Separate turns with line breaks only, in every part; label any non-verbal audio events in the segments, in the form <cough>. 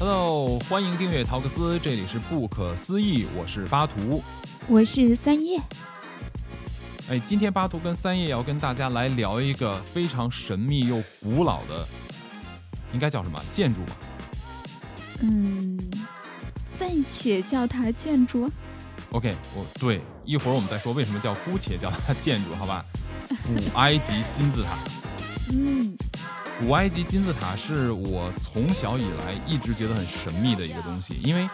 喽，欢迎订阅陶克斯，这里是不可思议，我是巴图。
我是三叶，
哎，今天巴图跟三叶要跟大家来聊一个非常神秘又古老的，应该叫什么建筑吧？
嗯，暂且叫它建筑。
OK，我对，一会儿我们再说为什么叫，姑且叫它建筑，好吧？古埃及金字塔，
嗯，
古埃及金字塔是我从小以来一直觉得很神秘的一个东西，因为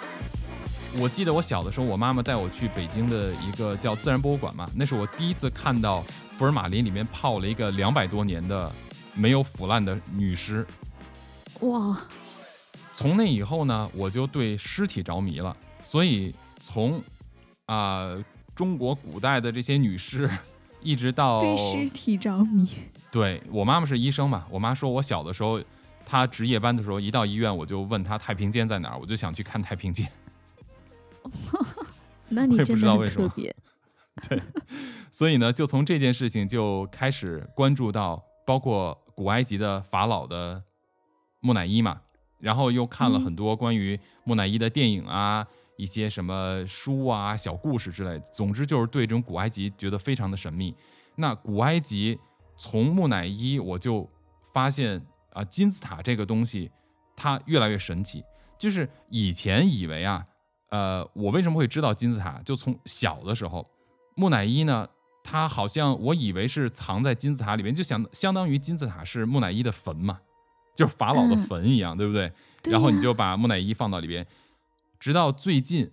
我记得我小的时候，我妈妈带我去北京的一个叫自然博物馆嘛，那是我第一次看到福尔马林里面泡了一个两百多年的没有腐烂的女尸。哦
哇，
从那以后呢，我就对尸体着迷了，所以从啊、中国古代的这些女尸，一直到
对尸体着迷。
对我妈妈是医生嘛，我妈说我小的时候，她值夜班的时候，一到医院我就问她太平间在哪儿，我就想去看太平间。
那
我也
你
不
真
知道
的
为
很
什么
特别。
所以呢，就从这件事情就开始关注到，包括古埃及的法老的木乃伊嘛，然后又看了很多关于木乃伊的电影啊，一些什么书啊、小故事之类。总之就是对这种古埃及觉得非常的神秘。那古埃及从木乃伊，我就发现啊，金字塔这个东西它越来越神奇。就是以前以为啊，呃，我为什么会知道金字塔？就从小的时候，木乃伊呢，它好像我以为是藏在金字塔里面，就相相当于金字塔是木乃伊的坟嘛，就是法老的
嗯
坟一样，对不对？
对
然后你
呀
就把木乃伊放到里边，直到最近，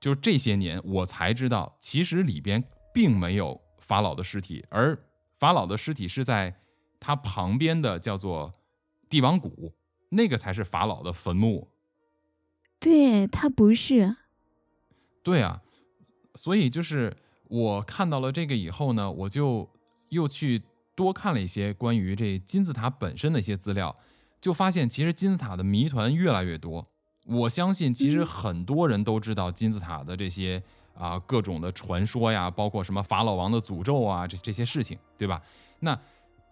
就这些年，我才知道，其实里边并没有法老的尸体，而法老的尸体是在他旁边的叫做帝王谷，那个才是法老的坟墓。
对，它不是。
对啊，所以就是我看到了这个以后呢，我就又去多看了一些关于这金字塔本身的一些资料，就发现其实金字塔的谜团越来越多。我相信其实
嗯
很多人都知道金字塔的这些啊、各种的传说呀，包括什么法老王的诅咒啊这这些事情，对吧？那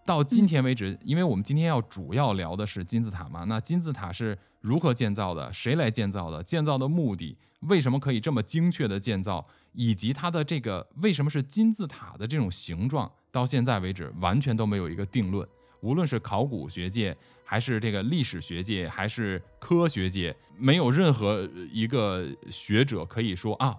到今天为止，因为我们今天要主要聊的是金字塔嘛，那金字塔是如何建造的，谁来建造的，建造的目的，为什么可以这么精确的建造，以及它的这个为什么是金字塔的这种形状，到现在为止完全都没有一个定论。无论是考古学界，还是这个历史学界，还是科学界，没有任何呃一个学者可以说啊，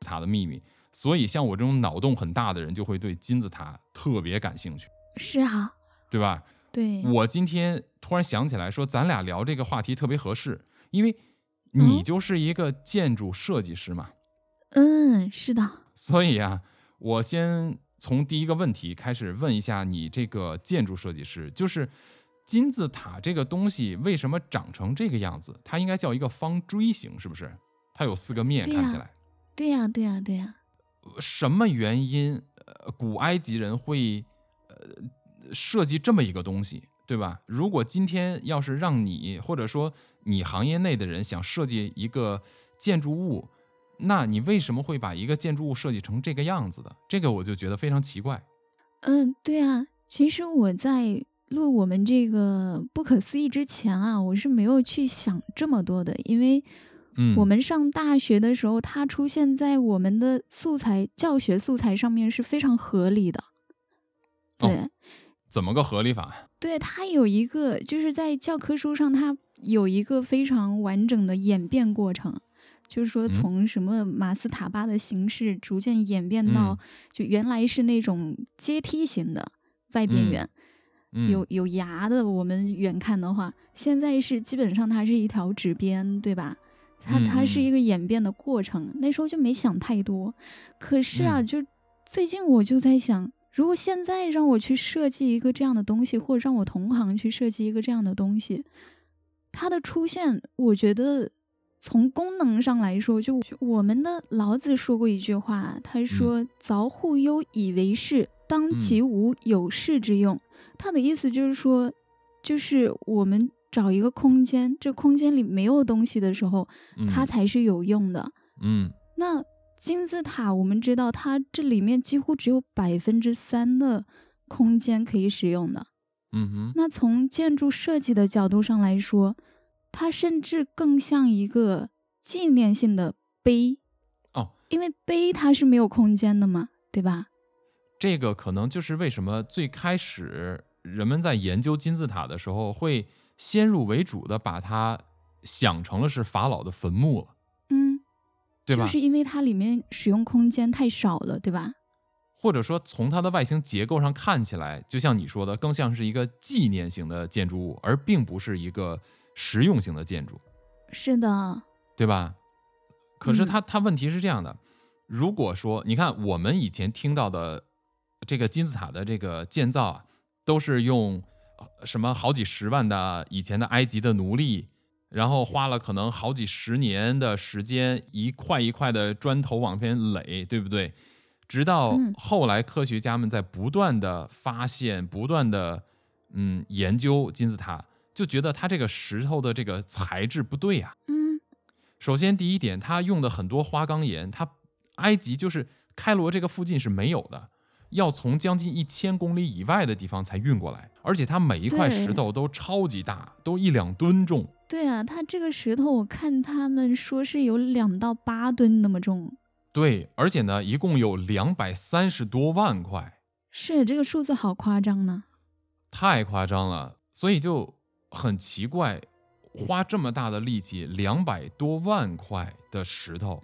塔的秘密。所以，像我这种脑洞很大的人，就会对金字塔特别感兴趣，
是啊，
对吧？
对，
我今天突然想起来，说咱俩聊这个话题特别合适，因为你
嗯
就是一个建筑设计师嘛，
嗯，是的，
所以啊，我先从第一个问题开始问一下你这个建筑设计师，就是金字塔这个东西为什么长成这个样子？它应该叫一个方锥形，是不是？它有四个面，
对
看
呀
起来。
对呀、对呀、对呀、
什么原因，呃，古埃及人会呃设计这么一个东西，对吧？如果今天要是让你或者说你行业内的人想设计一个建筑物，那你为什么会把一个建筑物设计成这个样子的？这个我就觉得非常奇怪。
嗯，对啊。其实我在录我们这个不可思议之前啊，我是没有去想这么多的，因为
嗯，
我们上大学的时候，它出现在我们的素材教学素材上面是非常合理的。
哦
对，
怎么个合理法？
对，它有一个就是在教科书上，它有一个非常完整的演变过程，就是说
嗯
从什么马斯塔巴的形式逐渐演变
嗯
到，就原来是那种阶梯型的外边
嗯
缘，
嗯，
有有牙的，我们远看的话，现在是基本上它是一条直边，对吧？它
嗯
它是
嗯
一个演变的过程，那时候就没想太多。可是啊，
嗯
就最近我就在想，如果现在让我去设计一个这样的东西，或者让我同行去设计一个这样的东西，它的出现，我觉得从功能上来说，就就我们的老子说过一句话，
嗯
他说“凿户忧以为室，当其无有室之用”他的意思就是说，就是我们找一个空间，这空间里没有东西的时候，
嗯
它才是有用的。
嗯
那金字塔，我们知道它这里面几乎只有百分之三的空间可以使用的。
嗯哼
那从建筑设计的角度上来说，它甚至更像一个纪念性的碑
哦，
因为碑它是没有空间的嘛，对吧？
这个可能就是为什么最开始人们在研究金字塔的时候，会先入为主的把它想成了是法老的坟墓了，
嗯，
对吧？
就是因为它里面使用空间太少了，对吧？
或者说从它的外形结构上看起来，就像你说的，更像是一个纪念型的建筑物，而并不是一个实用型的建筑，
是的，
对吧？可是
嗯
它它问题是这样的，如果说你看我们以前听到的这个金字塔的这个建造啊，都是用呃什么好几十万的以前的埃及的奴隶，然后花了可能好几十年的时间，一块一块的砖头往边垒，对不对？直到
嗯
后来科学家们在不断的发现、不断的嗯研究金字塔，就觉得它这个石头的这个材质不对呀、啊
嗯，
首先第一点，它用的很多花岗岩，它埃及就是开罗这个附近是没有的，要从将近一千公里以外的地方才运过来，而且它每一块
对
石头都超级大，都一两吨重。
对啊，它这个石头我看他们说是有两到八吨那么重，
对，而且呢，一共有两百三十多万块，
是这个数字好夸张呢。
太夸张了，所以就很奇怪，花这么大的力气，两百多万块的石头，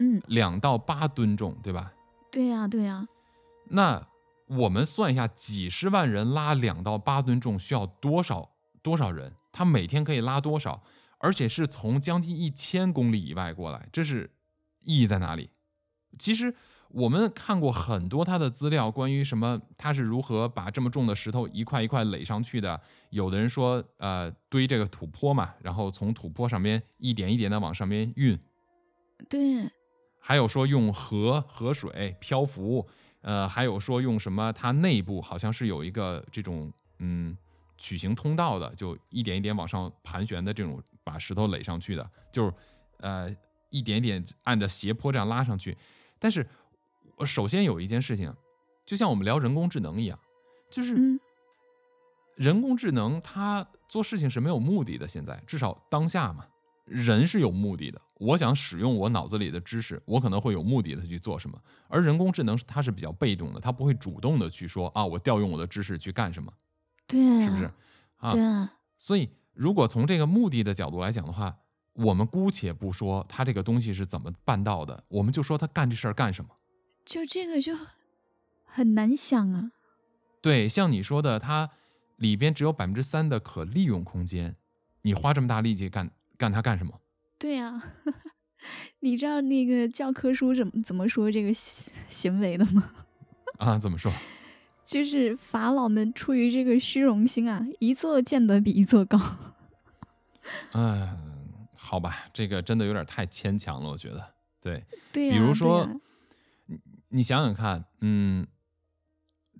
嗯，
两到八吨重，对吧？
对呀、对啊呀、
那我们算一下，几十万人拉两到八吨重需要多少多少人？他每天可以拉多少？而且是从将近一千公里以外过来，这是意义在哪里？其实我们看过很多他的资料，关于什么他是如何把这么重的石头一块一块垒上去的。有的人说，呃，堆这个土坡嘛，然后从土坡上面一点一点的往上面运，
对，
还有说用河河水漂浮，呃，还有说用什么，它内部好像是有一个这种嗯曲形通道的，就一点一点往上盘旋的这种，把石头垒上去的，就是呃一点点按着斜坡这样拉上去。但是我首先有一件事情，就像我们聊人工智能一样，就是
嗯，
人工智能它做事情是没有目的的，现在至少当下嘛，人是有目的的。我想使用我脑子里的知识，我可能会有目的的去做什么，而人工智能它是比较被动的，它不会主动的去说啊，我调用我的知识去干什么，
对、啊，
是不是？啊，
对啊，
所以，如果从这个目的的角度来讲的话，我们姑且不说它这个东西是怎么办到的，我们就说它干这事儿干什么。
就这个就很难想啊。
对，像你说的，它里边只有百分之三的可利用空间，你花这么大力气干干它干什么？
对呀、 <laughs> 你知道那个教科书怎么怎么说这个行行为的吗？ <laughs>
<laughs> 啊，怎么说？
就是法老们出于这个虚荣心啊，一座建得比一座高。
嗯，好吧，这个真的有点太牵强了，我觉得。对，
对呀、
比如说，
对呀
你你想想看，嗯，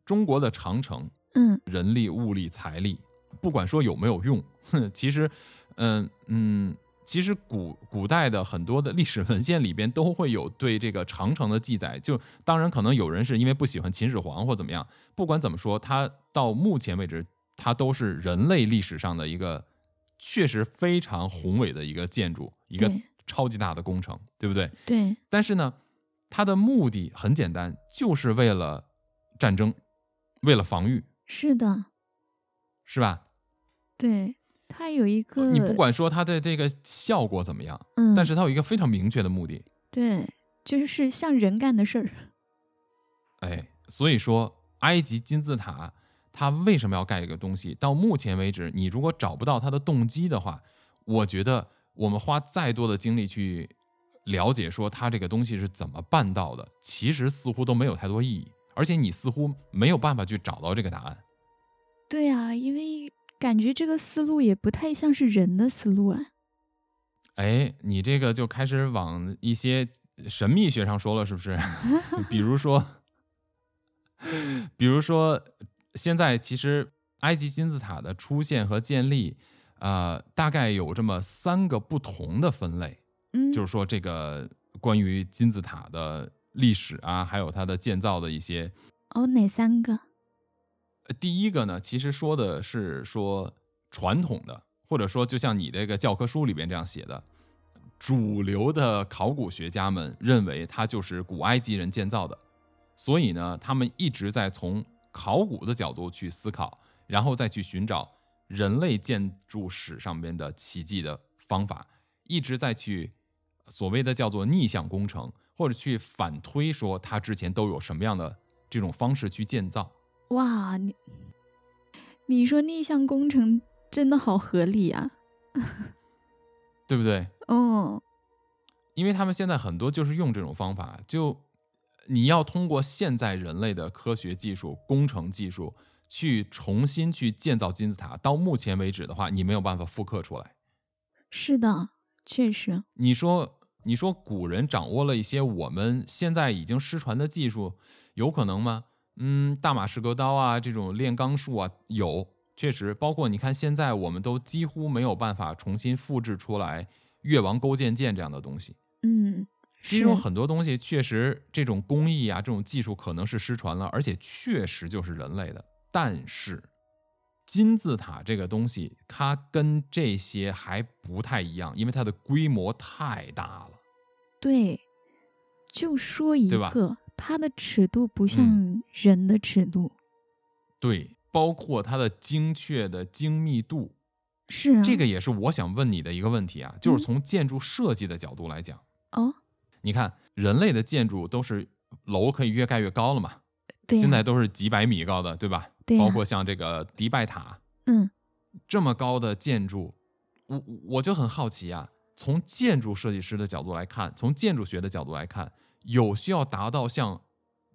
中国的长城，
嗯，
人力、物力、财力，不管说有没有用， <laughs> 哼，其实，嗯嗯，其实古古代的很多的历史文献里边都会有对这个长城的记载。就当然可能有人是因为不喜欢秦始皇或怎么样，不管怎么说，它到目前为止，它都是人类历史上的一个确实非常宏伟的一个建筑，一个
对
超级大的工程，对不对？
对，
但是呢，它的目的很简单，就是为了战争，为了防御，
是的，
是吧？
对，它有一个
呃你不，管说它的这个效果怎么样，
嗯，
但是它有一个非常明确的目的，
对，就是像人干的事儿。 <laughs>
哎，所以说埃及金字塔它为什么要盖这个东西？到目前为止，你如果找不到它的动机的话，我觉得我们花再多的精力去了解说它这个东西是怎么办到的，其实似乎都没有太多意义，而且你似乎没有办法去找到这个答案。
对啊，因为感觉这个思路也不太像是人的思路啊。
哎，你这个就开始往一些神秘学上说了，是不是？ <laughs> 比如说，比如说，现在其实埃及金字塔的出现和建立，呃，大概有这么三个不同的分类，
嗯，
就是说这个关于金字塔的历史啊，还有它的建造的一些。
哦，哪三个？
呃第一个呢，其实说的是说传统的或者说就像你这个教科书里边这样写的，主流的考古学家们认为它就是古埃及人建造的，所以呢，他们一直在从考古的角度去思考，然后再去寻找人类建筑史上边的奇迹的方法，一直在去所谓的叫做逆向工程，或者去反推说它之前都有什么样的这种方式去建造。
哇，你你说逆向工程真的好合理啊！
对不对？
哦，
因为他们现在很多就是用这种方法，就你要通过现在人类的科学技术、工程技术去重新去建造金字塔。到目前为止的话，你没有办法复刻出来。
是的，确实，
你说，你说古人掌握了一些我们现在已经失传的技术，有可能吗？嗯，大马士革刀啊，这种炼钢术啊，有确实，包括你看现在我们都几乎没有办法重新复制出来越王勾践剑这样的东西。
嗯，
其
是
中很多东西确实，这种工艺啊，这种技术可能是失传了，而且确实就是人类的。但是，金字塔这个东西，它跟这些还不太一样，因为它的规模太大了。
对，就说一
对吧嗯
个，它的尺度不像人的尺度，
对，包括它的精确的精密度，
是啊，
这个也是我想问你的一个问题啊，就
嗯
是从建筑设计的角度来讲，
哦，
你看人类的建筑都是楼可以越盖越高了嘛，
对、呀
现在都是几百米高的，对吧？
对呀
包括像这个迪拜塔。
嗯，
这么高的建筑，我我就很好奇啊。从建筑设计师的角度来看，从建筑学的角度来看，有需要达到像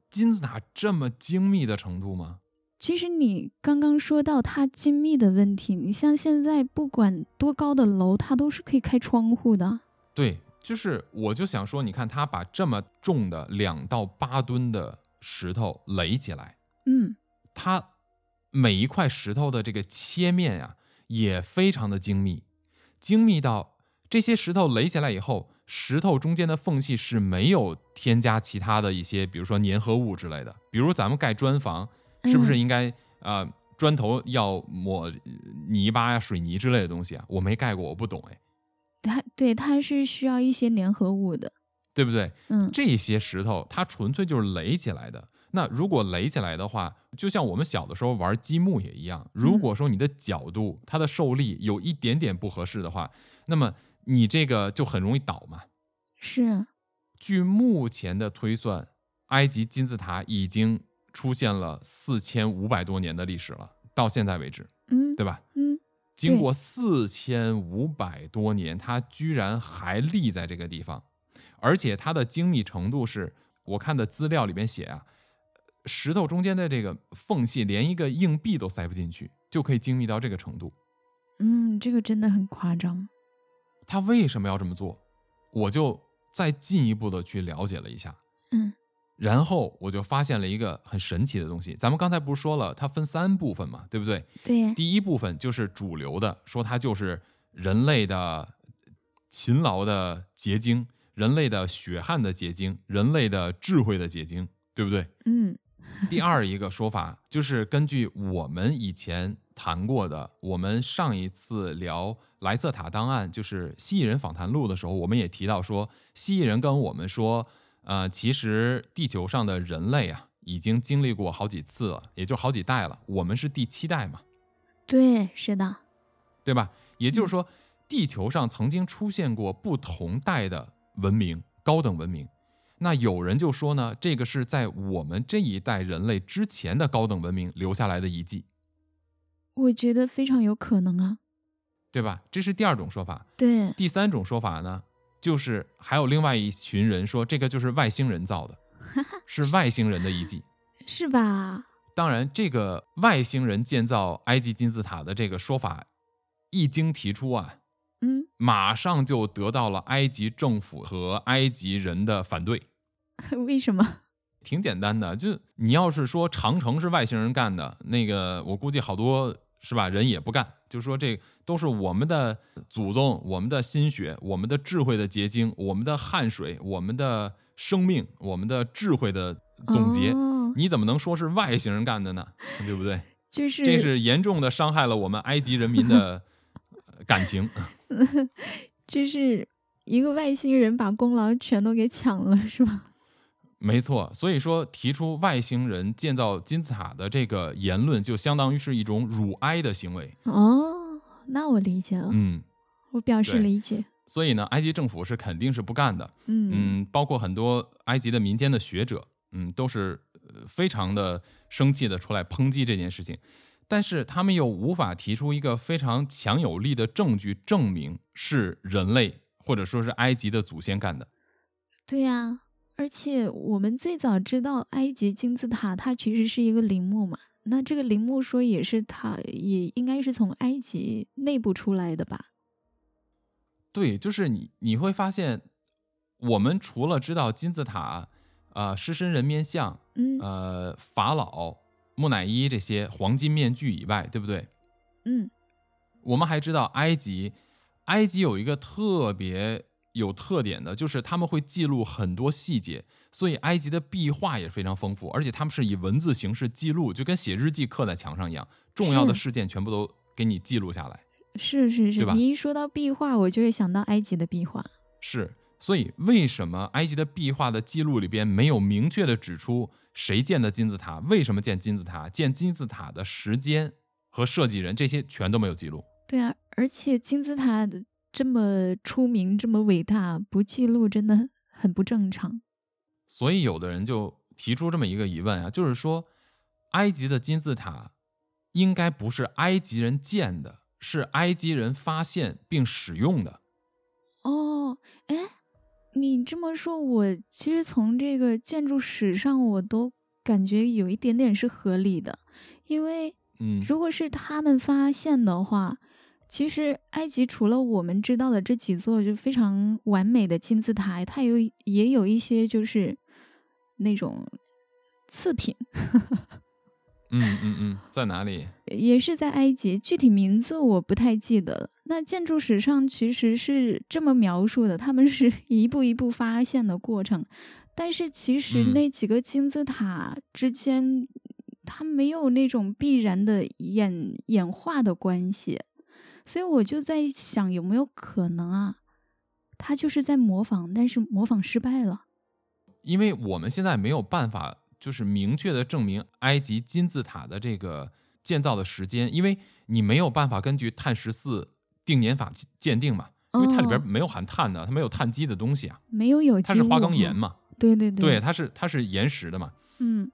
金字塔这么精密的程度吗？
其实你刚刚说到它精密的问题，你像现在不管多高的楼，它都是可以开窗户的，
对，就是我就想说，你看他把这么重的两到八吨的石头垒起来，
嗯，
它每一块石头的这个切面啊，也非常的精密，精密到这些石头垒起来以后，石头中间的缝隙是没有添加其他的一些，比如说粘合物之类的。比如咱们盖砖房，是不是应该、呃砖头要抹呃泥巴呀、水泥之类的东西啊？我没盖过，我不懂哎，
它对它是需要一些粘合物的，
对不对？
嗯，
这些石头它纯粹就是垒起来的。那如果垒起来的话，就像我们小的时候玩积木也一样，如果说你的角度、它的受力有一点点不合适的话，那么你这个就很容易倒嘛。
是，
据目前的推算，埃及金字塔已经出现了四千五百多年的历史了，到现在为止，
嗯
对吧？
嗯，
经过四千五百多年，它居然还立在这个地方，而且它的精密程度是，我看的资料里面写啊，石头中间的这个缝隙连一个硬币都塞不进去，就可以精密到这个程度。
嗯，这个真的很夸张，
它为什么要这么做？我就再进一步的去了解了一下，
嗯
然后我就发现了一个很神奇的东西。咱们刚才不是说了，它分三部分嘛，对不对？
对，
第一部分就是主流的，说它就是人类的勤劳的结晶，人类的血汗的结晶，人类的智慧的结晶，对不对？
嗯
第二一个说法就是根据我们以前谈过的，我们上一次聊莱瑟塔档案，就是蜥蜴人访谈录的时候，我们也提到说，蜥蜴人跟我们说，呃，其实地球上的人类啊，已经经历过好几次了，也就好几代了，我们是第七代嘛。
对，是的，
对吧？也就是说，地球上曾经出现过不同代的文明，高等文明。那有人就说呢，这个是在我们这一代人类之前的高等文明留下来的遗迹，
我觉得非常有可能啊，
对吧？这是第二种说法。
对，
第三种说法呢，就是还有另外一群人说，这个就是外星人造的，是外星人的遗迹。
是吧？
当然，这个外星人建造埃及金字塔的这个说法，一经提出啊，
嗯， <laughs>
马上就得到了埃及政府和埃及人的反对。
为什么？
挺简单的，就你要是说长城是外星人干的，那个我估计好多是吧，人也不干，就说这都是我们的祖宗、我们的心血、我们的智慧的结晶、我们的汗水、我们的生命、我们的智慧的总结。
哦、
你怎么能说是外星人干的呢？对不对？
就是
这是严重的伤害了我们埃及人民的呃感情，
就是一个外星人把功劳全都给抢了，是吗？
没错。所以说，提出外星人建造金字塔的这个言论，就相当于是一种辱哀的行为。
哦，那我理解了，
嗯，
我表示
对
理解。
所以呢，埃及政府是肯定是不干的。
嗯
嗯，包括很多埃及的民间的学者，嗯，都是呃非常的生气的出来抨击这件事情，但是他们又无法提出一个非常强有力的证据证明是人类或者说是埃及的祖先干的。
对呀、而且我们最早知道埃及金字塔，它其实是一个陵墓嘛。那这个陵墓说也是它，也应该是从埃及内部出来的吧？
对，就是你你会发现，我们除了知道金字塔、呃狮身人面像、
嗯
呃法老、木乃伊这些黄金面具以外，对不对？
嗯，
我们还知道埃及，埃及有一个特别有特点的，就是他们会记录很多细节，所以埃及的壁画也非常丰富，而且他们是以文字形式记录，就跟写日记刻在墙上一样，重要的
是
事件全部都给你记录下来。
是是是
对，吧
你一说到壁画，我就会想到埃及的壁画。
是，所以为什么埃及的壁画的记录里边没有明确的指出谁建的金字塔，为什么建金字塔，建金字塔的时间和设计人这些全都没有记录？
对啊，而且金字塔的这么出名，这么伟大，不记录真的很不正常。
所以有的人就提出这么一个疑问啊，就是说，埃及的金字塔应该不是埃及人建的，是埃及人发现并使用的。
哦，哎，你这么说，我其实从这个建筑史上，我都感觉有一点点是合理的，因为
嗯，
如果是他们发现的话，其实埃及除了我们知道的这几座就非常完美的金字塔，它有也有一些就是那种次品，
嗯嗯嗯，在哪里？
也是在埃及，具体名字我不太记得了。那建筑史上其实是这么描述的，他们是 <laughs> 一步一步发现的过程，但是其实
嗯
那几个金字塔之间，它没有那种必然的演演化的关系，所以我就在想，有没有可能啊，他就是在模仿，但是模仿失败了。
因为我们现在没有办法，就是明确的证明埃及金字塔的这个建造的时间，因为你没有办法根据碳十四定年法鉴定嘛，因为它里边
哦
没有含碳的，它没有碳基的东西啊，
没有有机
它
物，
是花岗岩，嘛，
对对
对，，它是它是岩石的嘛，
嗯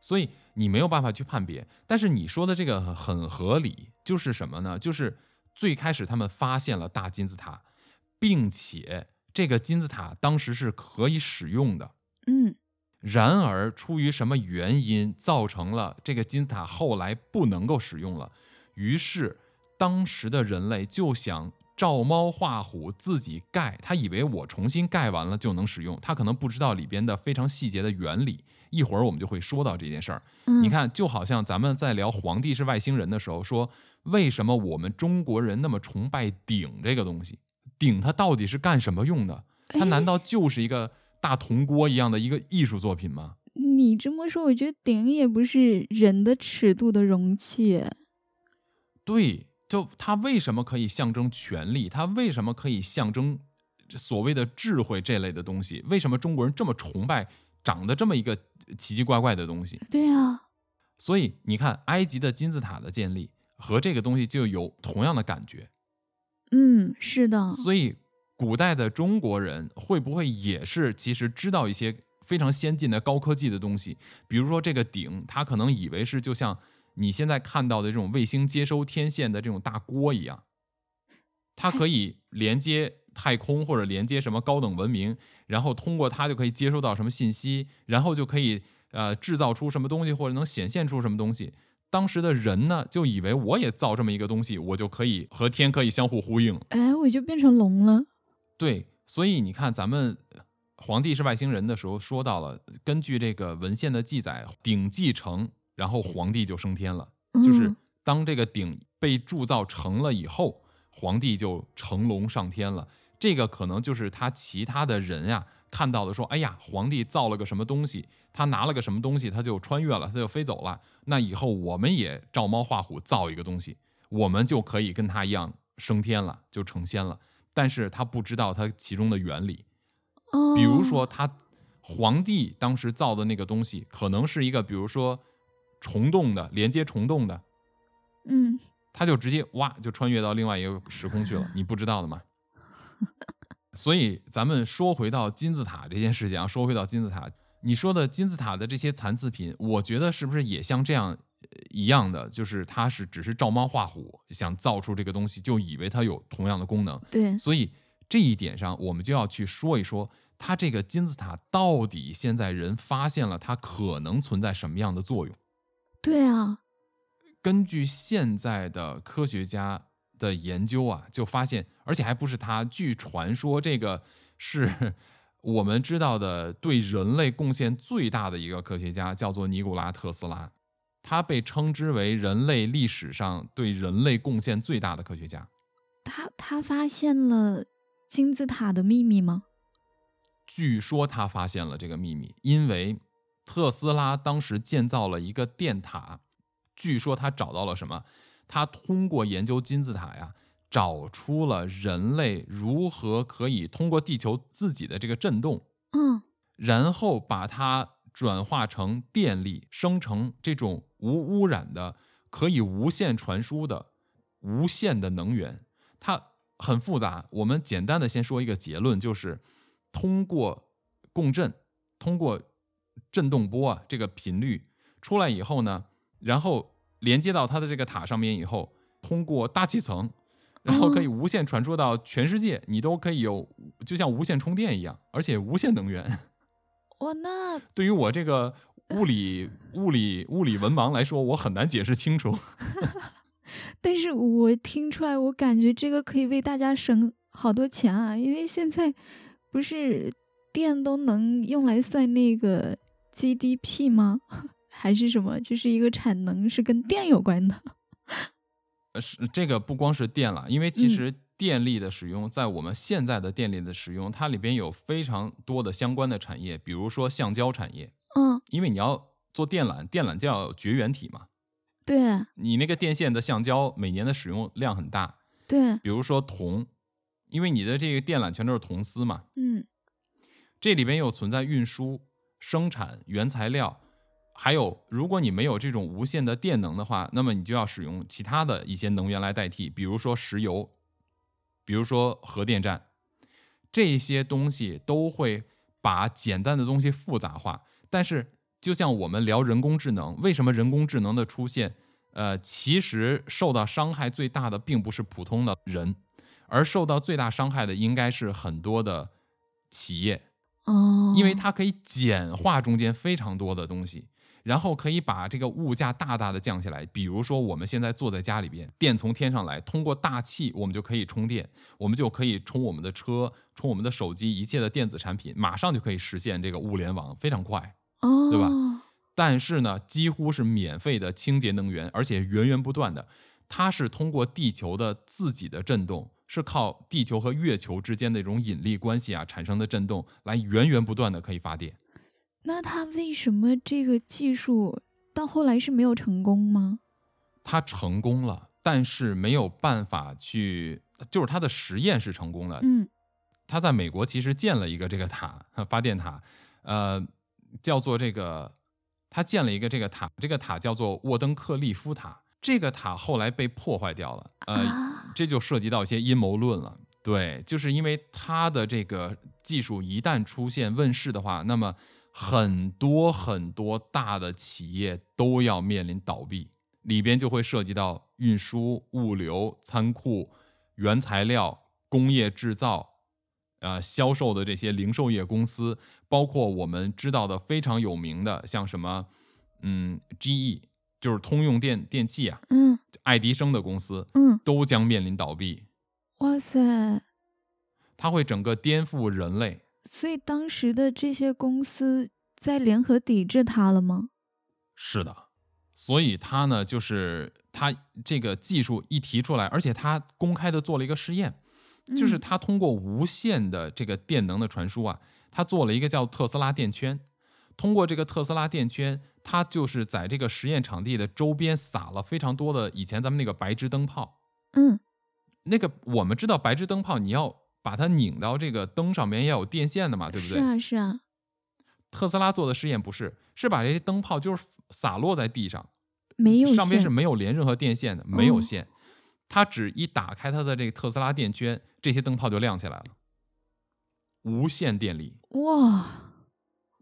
所以你没有办法去判别。但是你说的这个很很合理，就是什么呢？就是最开始他们发现了大金字塔，并且这个金字塔当时是可以使用的。
嗯，
然而，出于什么原因，造成了这个金字塔后来不能够使用了。于是，当时的人类就想照猫画虎，自己盖。他以为我重新盖完了就能使用，他可能不知道里边的非常细节的原理。一会儿我们就会说到这件事儿。
嗯
你看，就好像咱们在聊皇帝是外星人的时候说，为什么我们中国人那么崇拜鼎这个东西？鼎它到底是干什么用的？它难道就是一个大铜锅一样的一个艺术作品吗？
你这么说，我觉得鼎也不是人的尺度的容器。
对，就它为什么可以象征权力？它为什么可以象征所谓的智慧这类的东西？为什么中国人这么崇拜长得这么一个奇奇怪怪的东西？
对啊，
所以你看，埃及的金字塔的建立和这个东西就有同样的感觉。
嗯，是的，
所以，古代的中国人会不会也是其实知道一些非常先进的高科技的东西？比如说这个鼎，他可能以为是就像你现在看到的这种卫星接收天线的这种大锅一样，它可以连接太空或者连接什么高等文明，然后通过它就可以接收到什么信息，然后就可以呃制造出什么东西或者能显现出什么东西。当时的人呢，就以为我也造这么一个东西，我就可以和天可以相互呼应，
哎，我就变成龙了。
对，所以你看，咱们呃皇帝是外星人的时候说到了，根据这个文献的记载，鼎继承，然后皇帝就升天了。就是
嗯、
当这个鼎被铸造成了以后，皇帝就乘龙上天了。这个可能就是他其他的人呀、看到的，说：“哎呀，皇帝造了个什么东西，他拿了个什么东西，他就穿越了，他就飞走了。那以后我们也照猫画虎造一个东西，我们就可以跟他一样升天了，就成仙了，但是他不知道它其中的原理。
哦，
比如说，他皇帝当时造的那个东西，可能是一个比如说虫洞的连接虫洞的，
嗯，
他就直接哇就穿越到另外一个时空去了，你不知道的吗？ <laughs> 所以咱们说回到金字塔这件事情啊，说回到金字塔，你说的金字塔的这些残次品，我觉得是不是也像这样呃一样的，就是它是只是照猫画虎，想造出这个东西，就以为它有同样的功能，
对，
所以这一点上，我们就要去说一说，它这个金字塔到底现在人发现了它可能存在什么样的作用？
对啊，
根据现在的科学家的研究啊，就发现，而且还不是他，据传说这个是我们知道的对人类贡献最大的一个科学家，叫做尼古拉·特斯拉，他被称之为人类历史上对人类贡献最大的科学家。
他他发现了金字塔的秘密吗？
据说他发现了这个秘密，因为特斯拉当时建造了一个电塔，据说他找到了什么？他通过研究金字塔呀，找出了人类如何可以通过地球自己的这个震动，
嗯，
然后把它转化成电力，生成这种无污染的、可以无限传输的、无限的能源。它很复杂，我们简单的先说一个结论，就是通过共振，通过振动波啊这个频率出来以后呢，然后连接到它的这个塔上面以后，通过大气层。然后可以无限传输到全世界，你都可以有，就像无线充电一样，而且无限能源。
哇，那
对于我这个物理物理物理文盲来说，我很难解释清楚。 <laughs>
但是我听出来，我感觉这个可以为大家省好多钱啊，因为现在不是电都能用来算那个 GDP 吗？ <laughs> 还是什么？就是一个产能是跟电有关的。
呃是这个不光是电了，因为其
嗯
实电力的使用，在我们现在的电力的使用，它里边有非常多的相关的产业，比如说橡胶产业，
嗯，
因为你要做电缆，电缆就要有绝缘体嘛，
对
你那个电线的橡胶每年的使用量很大，
对，
比如说铜，因为你的这个电缆全都是铜丝嘛，
嗯，
这里边又存在运输、生产、原材料，还有如果你没有这种无线的电能的话，那么你就要使用其他的一些能源来代替，比如说石油，比如说核电站，这些东西都会把简单的东西复杂化。但是，就像我们聊人工智能，为什么人工智能的出现，呃，其实受到伤害最大的并不是普通的人，而受到最大伤害的应该是很多的企业，
哦，
因为它可以简化中间非常多的东西，然后可以把这个物价大大的降下来。比如说我们现在坐在家里边，电从天上来，通过大气我们就可以充电，我们就可以充我们的车、充我们的手机，一切的电子产品马上就可以实现这个物联网，非常快。
哦，
对吧？但是呢，几乎是免费的清洁能源，而且源源不断的。它是通过地球的自己的震动，是靠地球和月球之间的一种引力关系啊产生的震动来源源不断的可以发电。
那他为什么这个技术到后来是没有成功吗？
他成功了，但是没有办法去，就是他的实验是成功的。
嗯
他在美国其实建了一个这个塔， <laughs> 发电塔，呃，叫做这个，他建了一个这个塔，这个塔叫做沃登克利夫塔。这个塔后来被破坏掉了，呃，
啊，
这就涉及到一些阴谋论了。对，就是因为他的这个技术一旦出现问世的话，那么很多很多大的企业都要面临倒闭，里边就会涉及到运输、物流、仓库、原材料、工业制造。呃，销售的这些零售业公司，包括我们知道的非常有名的，像什么，嗯，GE，就是通用电电器啊，
嗯
爱迪生的公司，
嗯，
都将面临倒闭，
哇塞！
它会整个颠覆人类。
所以当时的这些公司在联合抵制他了吗？
是的，所以它呢，就是它这个技术一提出来，而且它公开的做了一个试验，就是
嗯
它通过无线的这个电能的传输啊，它做了一个叫特斯拉电圈。通过这个特斯拉电圈，它就是在这个实验场地的周边撒了非常多的以前咱们那个白炽灯泡，
嗯
那个我们知道白炽灯泡，你要把它拧到这个灯上面，也要有电线的嘛，对不
是
对？
啊，是啊，
特斯拉做的实验不是，是把这些灯泡就是洒落在地上，
没有
嗯上边是
线
没有连任何电线的，没有
哦
线。它只一打开它的这个特斯拉电圈，这些灯泡就亮起来了，无线电力，
哇，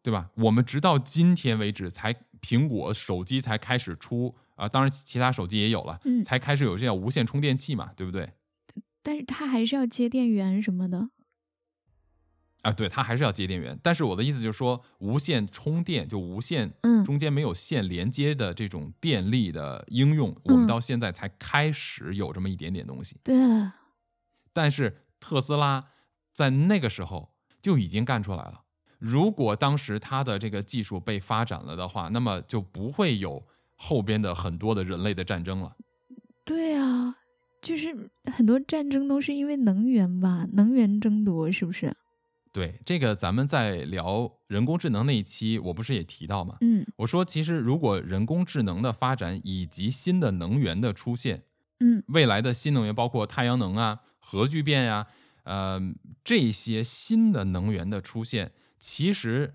对吧？我们直到今天为止才，苹果手机才开始出啊、当然其他手机也有了，
嗯
才开始有这叫无线充电器嘛，对不对？
但是它还是要接电源什么的。
啊，对，它还是要接电源。但是我的意思就是说，无线充电就无线，
嗯
中间没有线连接的这种电力的应用，我们
嗯
到现在才开始有这么一点点东西。
对，
但是特斯拉在那个时候就已经干出来了。如果当时它的这个技术被发展了的话，那么就不会有后边的很多的人类的战争
嗯
了。
对啊，就是很多战争都是因为能源吧，能源争夺是不是？
对，这个咱们在聊人工智能那一期，我不是也提到吗？
嗯
我说，其实如果人工智能的发展以及新的能源的出现，
嗯
未来的新能源包括太阳能啊、核聚变呀、呃这些新的能源的出现，其实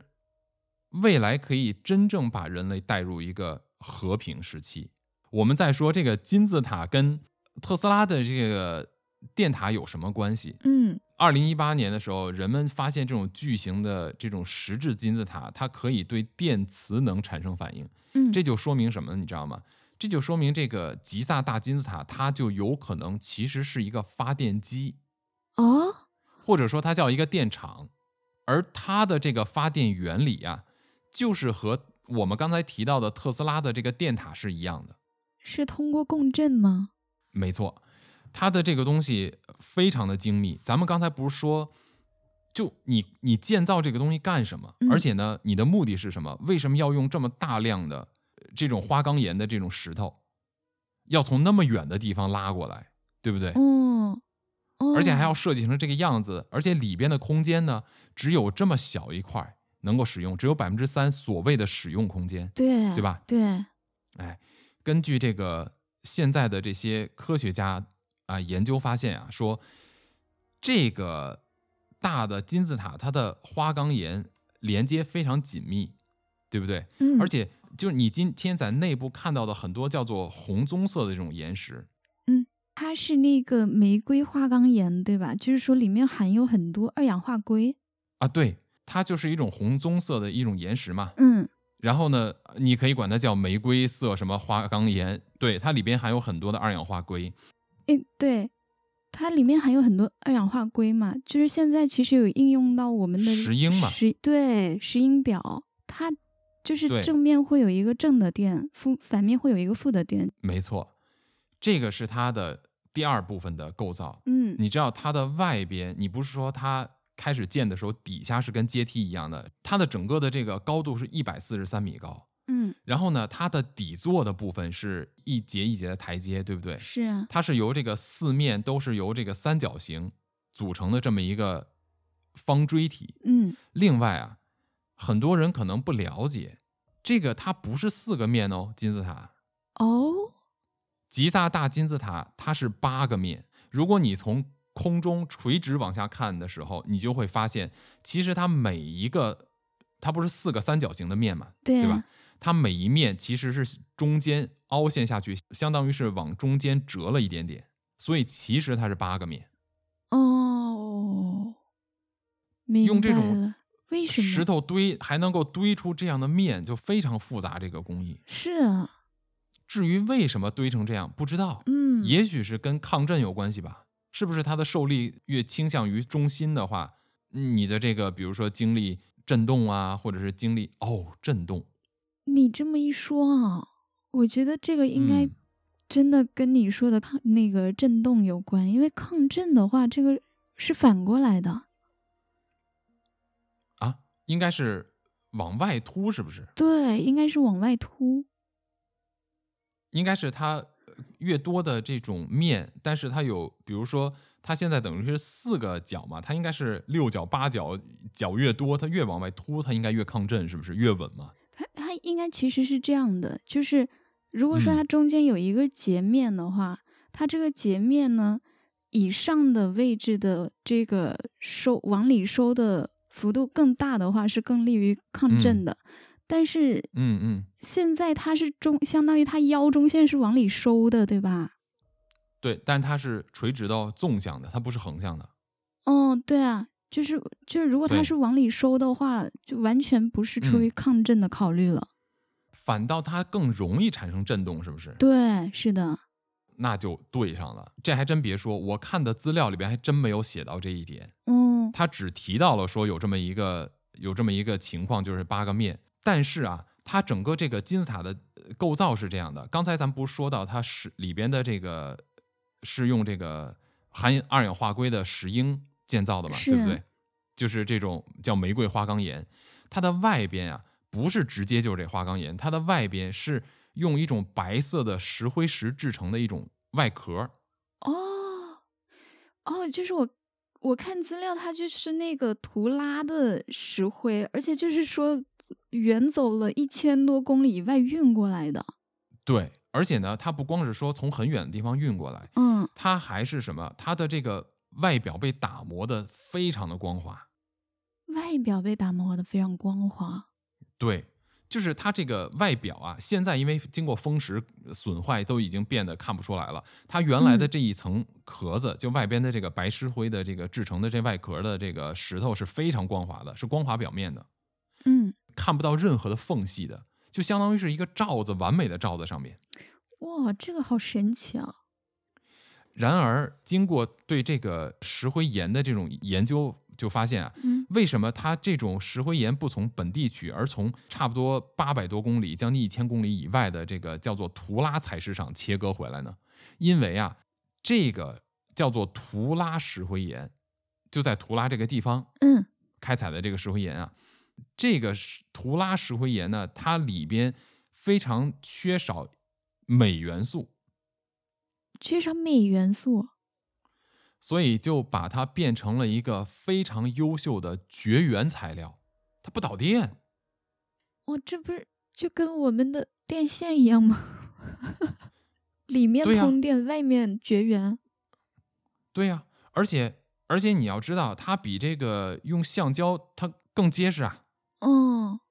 未来可以真正把人类带入一个和平时期。我们再说这个金字塔跟特斯拉的这个电塔有什么关系？
嗯
二零一八年的时候，人们发现这种巨型的这种石质金字塔，它可以对电磁能产生反应。
嗯，
这就说明什么呢？你知道吗？这就说明这个吉萨大金字塔，它就有可能其实是一个发电机，
哦，
或者说它叫一个电厂，而它的这个发电原理啊，就是和我们刚才提到的特斯拉的这个电塔是一样的。
是通过共振吗？
没错，它的这个东西非常的精密。咱们刚才不是说，就你你建造这个东西干什么？
嗯
而且呢，你的目的是什么？为什么要用这么大量的呃这种花岗岩的这种石头，要从那么远的地方拉过来，对不对？
哦，哦
而且还要设计成这个样子，而且里边的空间呢，只有这么小一块儿能够使用，只有百分之三所谓的使用空间。
对
对吧？
对，
哎，根据这个现在的这些科学家啊研究发现啊，说这个大的金字塔它的花岗岩连接非常紧密，对不对？
嗯，
而且就是你今天在内部看到的很多叫做红棕色的这种岩石，
它是那个玫瑰花岗岩，对吧？就是说里面含有很多二氧化硅。
啊，对，它就是一种红棕色的一种岩石嘛。
嗯
然后呢，你可以管它叫玫瑰色什么花岗岩，对，它里边含有很多的二氧化硅。
诶，对，它里面含有很多二氧化硅嘛，就是现在其实有应用到我们的
石英嘛
石对石英表，它就是
对
正面会有一个正的电，负反面会有一个负的电。
没错，这个是它的第二部分的构造。
嗯
你知道它的外边，你不是说它开始建的时候底下是跟阶梯一样的，它的整个的这个高度是一百四十三米高。
嗯，
然后呢，它的底座的部分是一节一节的台阶，对不对？
是啊，
它是由这个四面都是由这个三角形组成的这么一个方锥体。
嗯
另外啊，很多人可能不了解，这个它不是四个面哦，金字塔。
哦
吉萨大金字塔它是八个面，如果你从空中垂直往下看的时候，你就会发现，其实它每一个，它不是四个三角形的面嘛，
对
对吧
啊？
它每一面其实是中间凹陷下去，相当于是往中间折了一点点，所以其实它是八个面。
啊哦，明
用这
白
种
了为什么
石头堆还能够堆出这样的面，就非常复杂这个工艺。
是啊，
至于为什么堆成这样，不知道，
嗯
也许是跟抗震有关系吧？是不是它的受力越倾向于中心的话，你的这个比如说经历震动啊，或者是经历哦震动，
你这么一说啊，我觉得这个应该
嗯
真的跟你说的抗那个震动有关，因为抗震的话，这个是反过来的。
啊，应该是往外凸，是不是？
对，应该是往外凸。
应该是它呃越多的这种面，但是它有，比如说它现在等于是四个角嘛，它应该是六角八角，角越多，它越往外凸，它应该越抗震，是不是？越稳嘛？
它它应该其实是这样的，就是如果说
嗯
它中间有一个截面的话，它这个截面呢，以上的位置的这个收往里收的幅度更大的话，是更利于抗震的。但是
嗯嗯，
现在它是中，相当于它腰中线是往里收的，对吧？
对，但是它是垂直到纵向的，它不是横向的。
哦，对啊，就是就是，如果它
对
是往里收的话，就完全不是出
嗯
于抗震的考虑了。
反倒它更容易产生震动，是不是？
对，是的，
那就对上了。这还真别说，我看的资料里边还真没有写到这一点，
嗯
他只提到了说有这么一个有这么一个情况，就是八个面。但是啊，它整个这个金字塔的呃构造是这样的。刚才咱们不是说到它是里边的这个是用这个含二氧化硅的石英建造的嘛，
是
对不对？就是这种叫玫瑰花岗岩，它的外边啊不是直接就是这花岗岩，它的外边是用一种白色的石灰石制成的一种外壳。
哦哦，就是我我看资料，它就是那个图拉的石灰，而且就是说远走了一千多公里以外运过来的。
对，而且呢，它不光是说从很远的地方运过来，
嗯，
它还是什么？它的这个外表被打磨的非常的光滑，
外表被打磨的非常光滑。
对，就是它这个外表啊，现在因为经过风蚀呃损坏，都已经变得看不出来了。它原来的
嗯
这一层壳子，就外边的这个白石灰的这个制成的这外壳的这个石头是非常光滑的，是光滑表面的，
嗯，
看不到任何的缝隙的，就相当于是一个罩子，完美的罩子上面。
哇，这个好神奇啊！
然而，经过对这个石灰岩的这种研究，就发现啊，
嗯
为什么它这种石灰岩不从本地取，而从差不多八百多公里、将近一千公里以外的这个叫做图拉采石场切割回来呢？因为啊，这个叫做图拉石灰岩，就在图拉这个地方
嗯
开采的这个石灰岩啊，这个石图拉石灰岩呢，它里边非常缺少镁元素，
缺少镁元素。
所以就把它变成了一个非常优秀的绝缘材料，它不导电。
哇，这不是就跟我们的电线一样吗？ <laughs> 里面
对呀
通电，外面绝缘。
对呀、而且而且你要知道，它比这个用橡胶它更结实啊。
哦，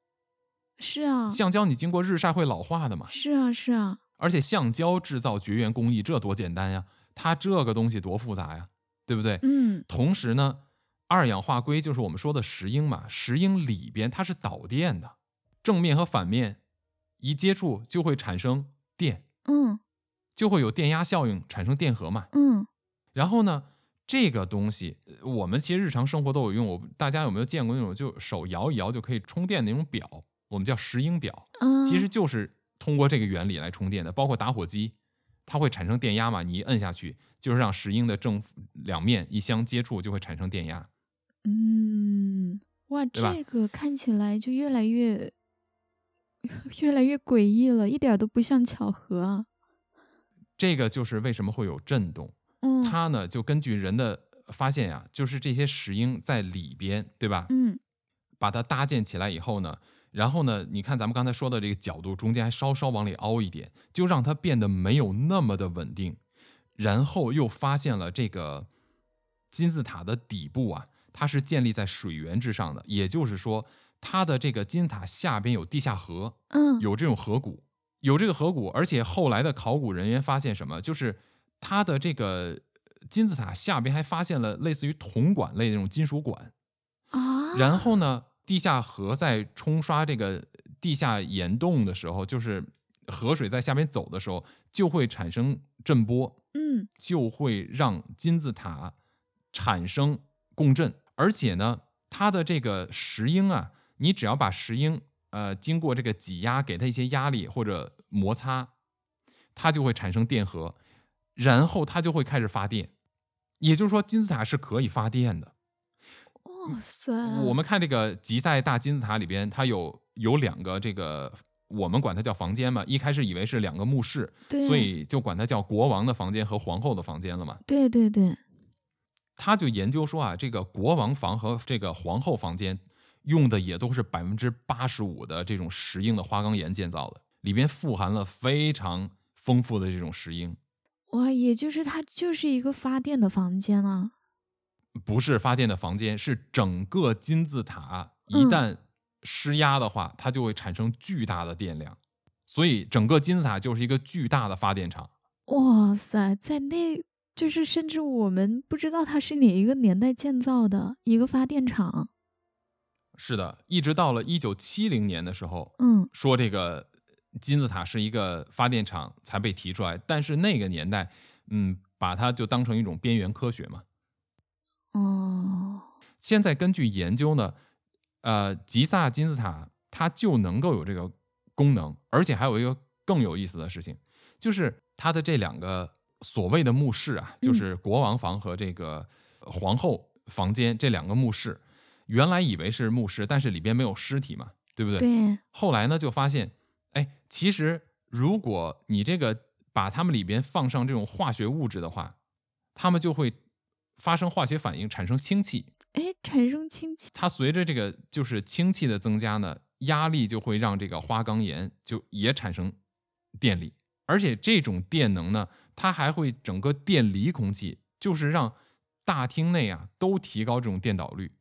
是啊，
橡胶你经过日晒会老化的嘛，
是啊，是啊，
而且橡胶制造绝缘工艺这多简单呀，它这个东西多复杂呀，对不对？
嗯
同时呢，二氧化硅就是我们说的石英嘛，石英里边它是导电的，正面和反面一接触就会产生电。
嗯
就会有电压效应产生电荷嘛。
嗯
然后呢，这个东西呃我们其实日常生活都有用。我不大家有没有见过那种就手摇一摇就可以充电的那种表？我们叫石英表，
啊，
其实就是通过这个原理来充电的。包括打火机，它会产生电压嘛，你一摁下去，就是让石英的正两面一相接触就会产生电压。
嗯，哇，
对吧
这个看起来就越来越 <laughs> 越来越诡异了，一点都不像巧合啊。
这个就是为什么会有震动。
嗯，
它呢，就根据人的发现呀、就是这些石英在里边，对吧？
嗯
把它搭建起来以后呢，然后呢，你看咱们刚才说的这个角度中间还稍稍往里凹一点，就让它变得没有那么的稳定。然后又发现了这个金字塔的底部啊，它是建立在水源之上的，也就是说，它的这个金字塔下边有地下河，
嗯，
有这种河谷，有这个河谷，而且后来的考古人员发现什么，就是它的这个金字塔下边还发现了类似于铜管类的那种金属管。
啊，
然后呢，地下河在冲刷这个地下岩洞的时候，就是河水在下面走的时候，就会产生震波，
嗯
就会让金字塔产生共振。而且呢，它的这个石英啊，你只要把石英呃经过这个挤压，给它一些压力或者摩擦，它就会产生电荷，然后它就会开始发电。也就是说，金字塔是可以发电的。
哇塞，
嗯我们看这个吉赛大金字塔里边，它有有两个这个，我们管它叫房间嘛。一开始以为是两个墓室，
对，
所以就管它叫国王的房间和皇后的房间了嘛。
对对对，
他就研究说啊，这个国王房和这个皇后房间用的也都是百分之八十五的这种石英的花岗岩建造的，里边富含了非常丰富的这种石英。
哇，也就是它就是一个发电的房间啊。
不是发电的房间，是整个金字塔
嗯
一旦施压的话，它就会产生巨大的电量，所以整个金字塔就是一个巨大的发电厂。
哇塞，在那就是甚至我们不知道它是哪一个年代建造的一个发电厂。
是的，一直到了一九七零年的时候，
嗯
说这个金字塔是一个发电厂才被提出来，但是那个年代，嗯，把它就当成一种边缘科学嘛。
哦，
现在根据研究呢，呃，吉萨金字塔它就能够有这个功能，而且还有一个更有意思的事情，就是它的这两个所谓的墓室啊，就是国王房和这个呃皇后房间这两个墓室，原来以为是墓室，但是里边没有尸体嘛，对不对？
对，
后来呢，就发现，哎，其实如果你这个把它们里边放上这种化学物质的话，它们就会发生化学反应，产生氢气。
哎，产生氢气，
它随着这个就是氢气的增加呢，压力就会让这个花岗岩就也产生电力，而且这种电能呢，它还会整个电离空气，就是让大厅内啊都提高这种电导率。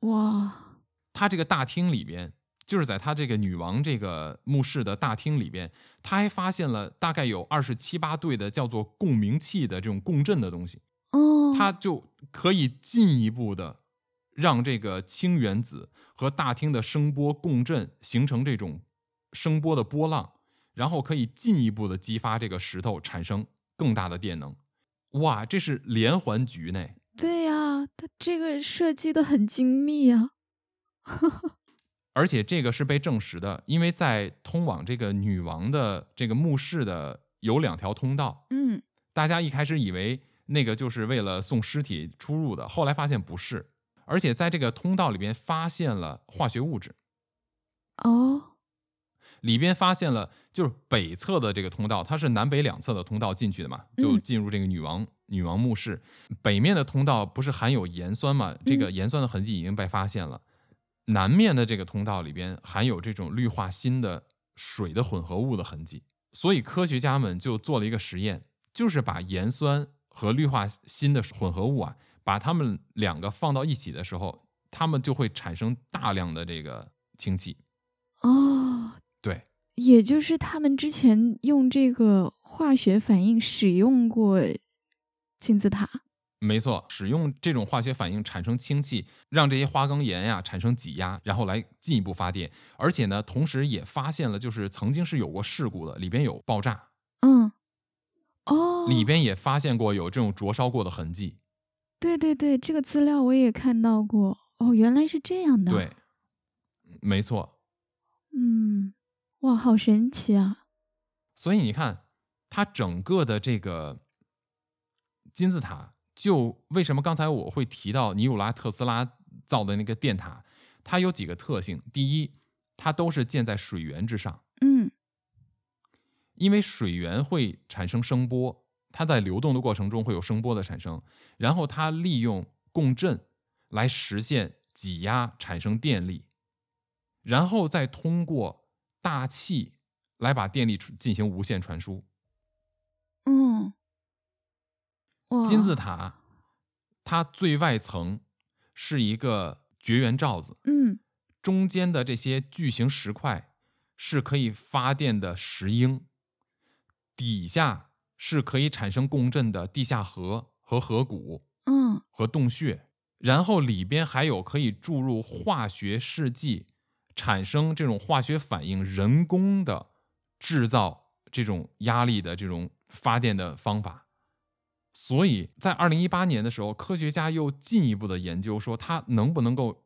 哇，
它这个大厅里边，就是在它这个女王这个墓室的大厅里边，他还发现了大概有二十七八对的叫做共鸣器的这种共振的东西。
哦，
它就可以进一步的让这个氢原子和大厅的声波共振，形成这种声波的波浪，然后可以进一步的激发这个石头产生更大的电能。哇，这是连环局呢！
对呀、它这个设计的很精密啊。
而且这个是被证实的，因为在通往这个女王的这个墓室的有两条通道，
嗯，
大家一开始以为那个就是为了送尸体出入的，后来发现不是，而且在这个通道里边发现了化学物质。
哦，
里边发现了，就是北侧的这个通道，它是南北两侧的通道进去的嘛，就
嗯
进入这个女王女王墓室。北面的通道不是含有盐酸嘛？这个盐酸的痕迹已经被发现了。南面的这个通道里边含有这种氯化锌的水的混合物的痕迹，所以科学家们就做了一个实验，就是把盐酸和氯化锌的混合物啊，把它们两个放到一起的时候，它们就会产生大量的这个氢气。
哦，
对，
也就是他们之前用这个化学反应使用过金字塔。
没错，使用这种化学反应产生氢气，让这些花岗岩呀、产生挤压，然后来进一步发电。而且呢，同时也发现了，就是曾经是有过事故的，里边有爆炸，
嗯，哦，
里边也发现过有这种灼烧过的痕迹。
对对对，这个资料我也看到过。哦，原来是这样的。啊
对，，没错。
嗯，哇，好神奇啊！
所以你看，它整个的这个金字塔，就为什么刚才我会提到尼古拉特斯拉造的那个电塔，它有几个特性：第一，它都是建在水源之上。
嗯，
因为水源会产生声波，它在流动的过程中会有声波的产生，然后它利用共振来实现挤压产生电力，然后再通过大气来把电力进行无线传输。
嗯，哇，
金字，塔它最外层是一个绝缘罩子，
嗯，
中间的这些巨型石块是可以发电的石英，底下是可以产生共振的地下河和河谷
嗯，
和洞穴，然后里边还有可以注入化学试剂，产生这种化学反应，人工的制造这种压力的这种发电的方法。所以在二零一八年的时候，科学家又进一步的研究说，它能不能够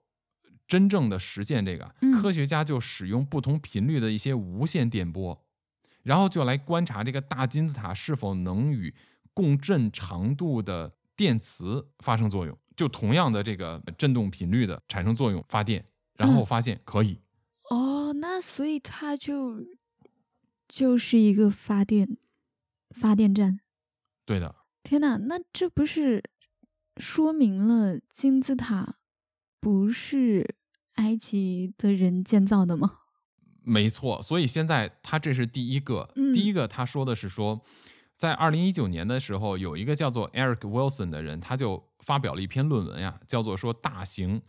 真正的实现这个？
嗯
科学家就使用不同频率的一些无线电波，然后就来观察这个大金字塔是否能与共振长度的电磁发生作用，就同样的这个振动频率的产生作用发电，然后
嗯
发现可以。
哦，那所以它就就是一个发电发电站。
对的，
天呐，那这不是说明了金字塔不是埃及的人建造的吗？
没错，所以现在他这是第一个，
嗯
第一个他说的是说，在二零一九年的时候，有一个叫做 Eric Wilson 的人，他就发表了一篇论文呀，叫做说大型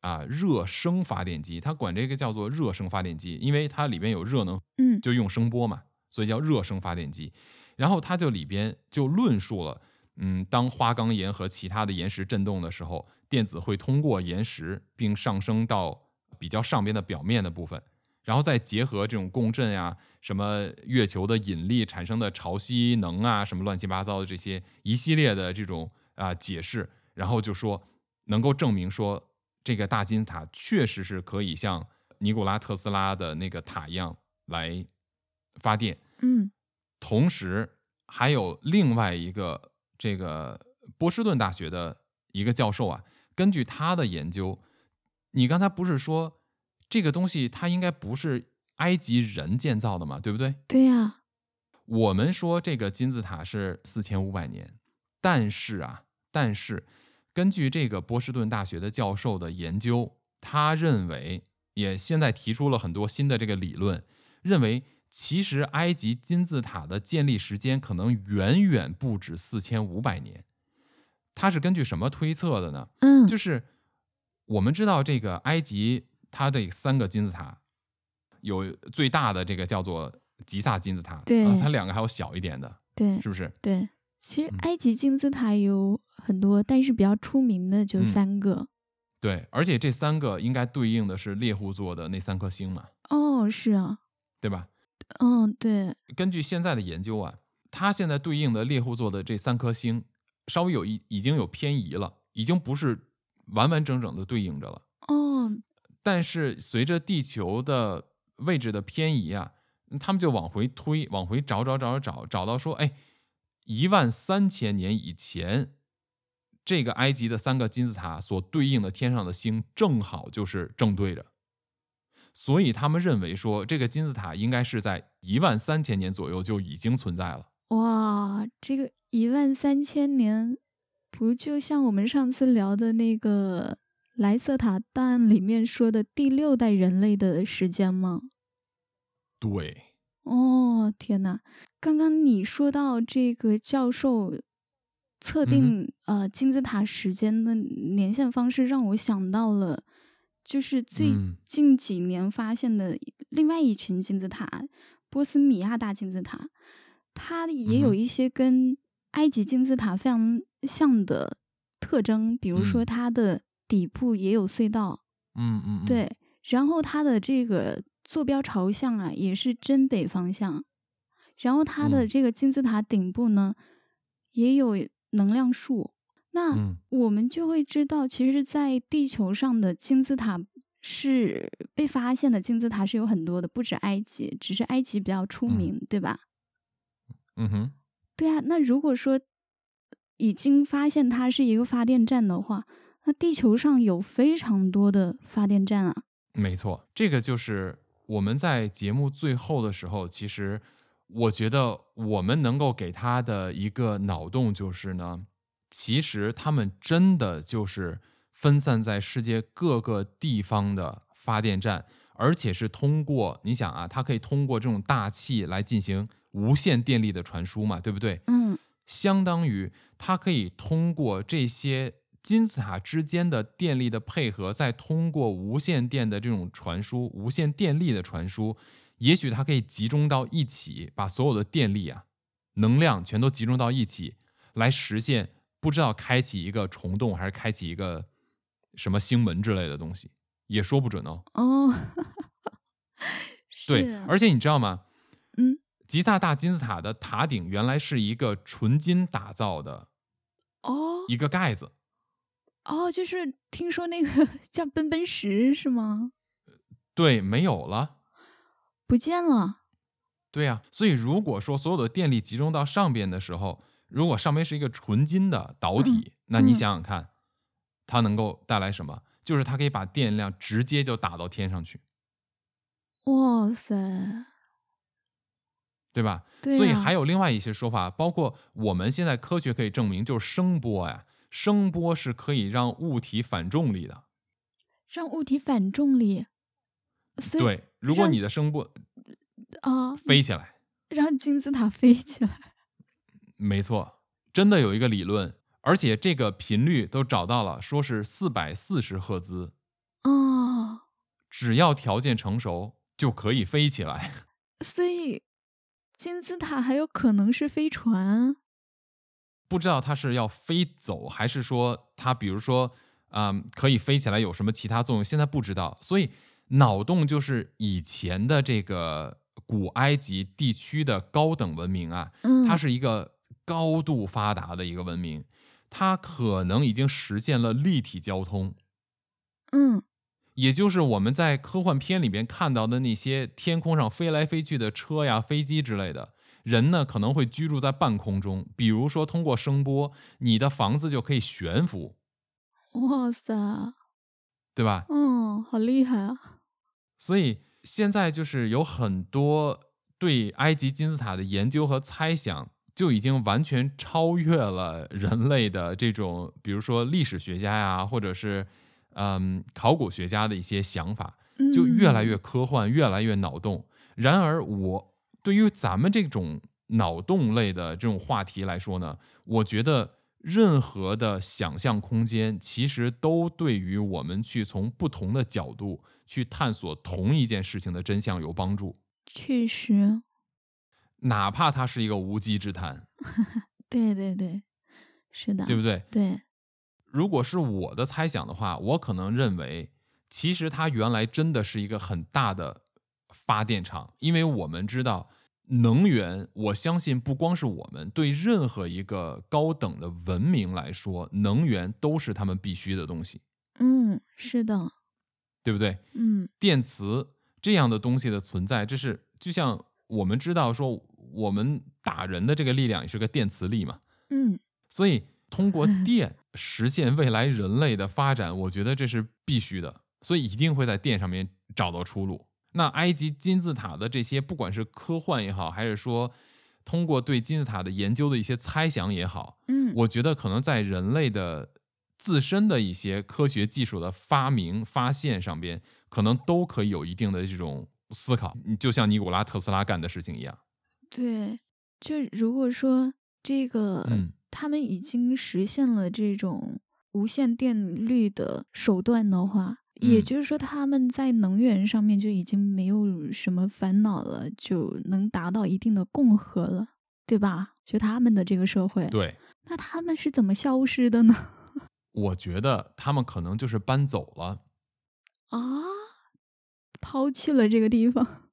啊、热升发电机，他管这个叫做热升发电机，因为它里边有热能，
嗯
就用声波嘛，所以叫热升发电机。然后它就里边就论述了，嗯，当花岗岩和其他的岩石震动的时候，电子会通过岩石并上升到比较上边的表面的部分，然后再结合这种共振呀、什么月球的引力产生的潮汐能啊，什么乱七八糟的这些一系列的这种啊、解释，然后就说能够证明说这个大金字塔确实是可以像尼古拉特斯拉的那个塔一样来发电，
嗯
同时还有另外一个这个波士顿大学的一个教授啊，根据他的研究，你刚才不是说这个东西它应该不是埃及人建造的嘛，对不对？
对呀、
我们说这个金字塔是四千五百年，但是啊，但是根据这个波士顿大学的教授的研究，他认为也现在提出了很多新的这个理论，认为其实埃及金字塔的建立时间可能远远不止四千五百年。他是根据什么推测的呢？
嗯，
就是我们知道这个埃及它这三个金字塔，有最大的这个叫做吉萨金字塔，
对
啊它两个还有小一点的，
对
是不是？
对。其实
嗯
埃及金字塔有很多，但是比较出名的就
嗯
三个。
对，而且这三个应该对应的是猎户座的那三颗星嘛，
哦，是啊，
对吧？
嗯，对，
根据现在的研究啊，它现在对应的猎户座的这三颗星，稍微有一已经有偏移了，已经不是完完整整的对应着了。
哦，
但是随着地球的位置的偏移啊，嗯他们就往回推，往回找找找找找，找到说，哎，一万三千年以前，这个埃及的三个金字塔所对应的天上的星，正好就是正对着。所以他们认为说，这个金字塔应该是在一万三千年左右就已经存在了。
哇，这个一万三千年，不就像我们上次聊的那个莱瑟塔档案里面说的第六代人类的时间吗？
对，
哦，天呐，刚刚你说到这个教授
嗯
测
哼
定、呃金字塔时间的年限方式，让我想到了，就是最
嗯
近几年发现的另外一群金字塔——波斯米亚大金字塔，它也
嗯
有
哼
一些跟埃及金字塔非常像的特征，比如说
嗯
它的底部也有隧道，
嗯嗯，嗯，
对，然后它的这个坐标朝向啊，也是真北方向。然后它的
嗯
这个金字塔顶部呢，也有能量树。那
嗯
我们就会知道，其实，在地球上的金字塔是被发现的金字塔是有很多的，不止埃及，只是埃及比较出
嗯
名，对吧？
嗯哼，
对啊，那如果说已经发现它是一个发电站的话，那地球上有非常多的发电站啊。
没错，这个就是我们在节目最后的时候，其实我觉得我们能够给他的一个脑洞就是呢，其实他们真的就是分散在世界各个地方的发电站，而且是通过你想啊，它可以通过这种大气来进行无线电力的传输嘛，对不对？
嗯，
相当于它可以通过这些金字塔之间的电力的配合，再通过无线电的这种传输、无线电力的传输，也许它可以集中到一起，把所有的电力啊、能量全都集中到一起，来实现不知道开启一个虫洞还是开启一个什么星门之类的东西，也说不准哦。
哦， <laughs>
对
是，
而且你知道吗？
嗯，
吉萨大金字塔的塔顶原来是一个纯金打造的
哦
一个盖子。
哦，就是听说那个 <laughs> 叫奔奔石是吗？
对，没有了。
不见了，
对呀、所以如果说所有的电力集中到上边的时候，如果上边是一个纯金的导体，那你
嗯
想想看，它能够带来什么？就是它可以把电量直接就打到天上去，
哇塞，
对吧？
对、啊，
所以还有另外一些说法，包括我们现在科学可以证明，就是声波呀，声波是可以让物体反重力的。
让物体反重力，所以
对，如果
让嗯
你的声波
啊，
飞起来，
让金字塔飞起来，
没错，真的有一个理论，而且这个频率都找到了，说是四百四十赫兹，
哦，
只要条件成熟就可以飞起来。 <laughs>
所以金字塔还有可能是飞船。
不知道它是要飞走，还是说它比如说，嗯，可以飞起来有什么其他作用？现在不知道。所以脑洞就是以前的这个古埃及地区的高等文明啊，
嗯，
它是一个高度发达的一个文明，它可能已经实现了立体交通，
嗯
也就是我们在科幻片里边看到的那些天空上飞来飞去的车呀、飞机之类的。人呢可能会居住在半空中，比如说通过声波，你的房子就可以悬浮，
哇塞，
对吧？
嗯，好厉害啊！
所以现在就是有很多对埃及金字塔的研究和猜想，就已经完全超越了人类的这种，比如说历史学家呀、或者是嗯考古学家的一些想法，就越
嗯
来越科幻，越来越脑洞。然而我，对于咱们这种脑洞类的这种话题来说呢，我觉得任何的想象空间，其实都对于我们去从不同的角度去探索同一件事情的真相有帮助，
确实，
哪怕它是一个无稽之谈，
对对对，是的，
对不对？
对，
如果是我的猜想的话，我可能认为，其实它原来真的是一个很大的发电厂，因为我们知道能源，我相信不光是我们，对任何一个高等的文明来说，能源都是他们必须的东西，
嗯，是的，
对不对？
嗯
电磁这样的东西的存在，这是就像我们知道说，我们打人的这个力量也是个电磁力嘛，
嗯，
所以通过电 <laughs> 实现未来人类的发展，我觉得这是必须的，所以一定会在电上面找到出路。那埃及金字塔的这些，不管是科幻也好，还是说通过对金字塔的研究的一些猜想也好，
嗯，
我觉得可能在人类的自身的一些科学技术的发明发现上边，可能都可以有一定的这种思考，你就像尼古拉特斯拉干的事情一样。
对，就如果说这个、
嗯，
他们已经实现了这种无线电率的手段的话，也
嗯
就是说他们在能源上面就已经没有什么烦恼了，就能达到一定的共和了，对吧？就他们的这个社会，
对，
那他们是怎么消失的呢？ <laughs>
我觉得他们可能就是搬走了。
啊，抛弃了这个地方，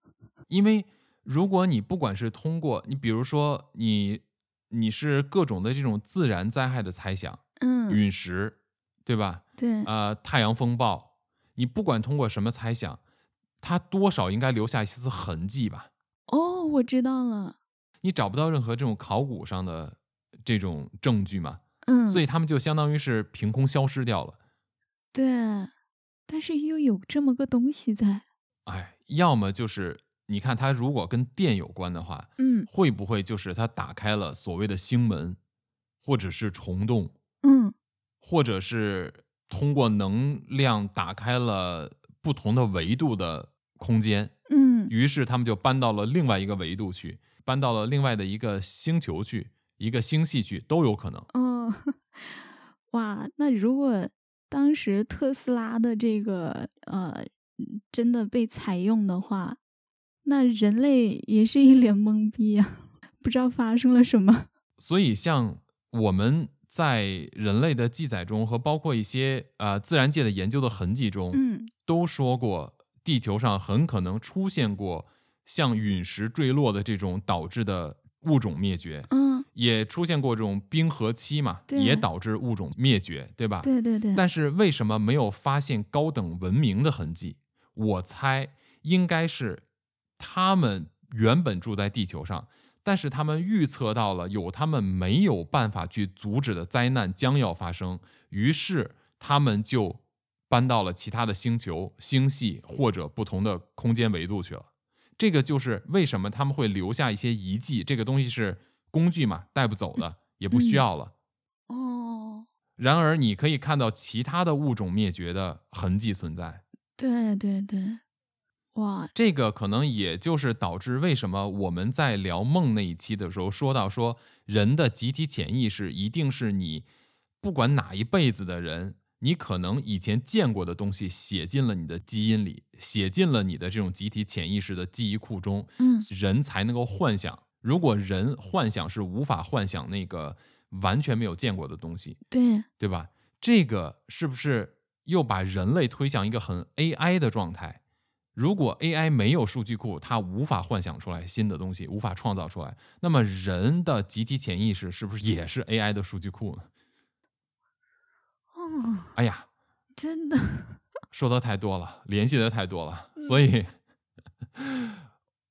因为如果你不管是通过你，比如说你你是各种的这种自然灾害的猜想，
嗯，
陨石，对吧？
对，
呃，太阳风暴，你不管通过什么猜想，它多少应该留下一丝痕迹吧？
哦，我知道了，
你找不到任何这种考古上的这种证据嘛，
嗯，
所以他们就相当于是凭空消失掉了。
对，但是又有这么个东西在，
哎，要么就是你看它如果跟电有关的话，
嗯
会不会就是它打开了所谓的星门，或者是虫洞，
嗯
或者是通过能量打开了不同的维度的空间，
嗯
于是他们就搬到了另外一个维度去，搬到了另外的一个星球去，一个星系去，都有可能。
哦， <laughs> 哇，那如果当时特斯拉的这个呃嗯真的被采用的话，那人类也是一脸懵逼呀、不知道发生了什么。
所以，像我们在人类的记载中，和包括一些呃自然界的研究的痕迹中，
嗯
都说过，地球上很可能出现过像陨石坠落的这种导致的物种灭绝，
嗯，
也出现过这种冰河期嘛，
对
也导致物种灭绝，对吧？
对对对，
但是为什么没有发现高等文明的痕迹？我猜应该是他们原本住在地球上，但是他们预测到了有他们没有办法去阻止的灾难将要发生，于是他们就搬到了其他的星球、星系或者不同的空间维度去了。这个就是为什么他们会留下一些遗迹，这个东西是工具嘛，带不走的，也不需要了。
哦，
然而，你可以看到其他的物种灭绝的痕迹存在。
对对对，哇，
这个可能也就是导致为什么我们在聊梦那一期的时候说到说人的集体潜意识一定是你不管哪一辈子的人，你可能以前见过的东西写进了你的基因里，写进了你的这种集体潜意识的记忆库中，
嗯
人才能够幻想。如果人幻想是无法幻想那个完全没有见过的东西，
对，
对吧？这个是不是又把人类推向一个很 AI 的状态？如果 AI 没有数据库，它无法幻想出来新的东西，无法创造出来，那么人的集体潜意识是不是也是 AI 的数据库呢？
哦，
哎呀，
真 <laughs> 的，
说的太多了，联系的太多了，所以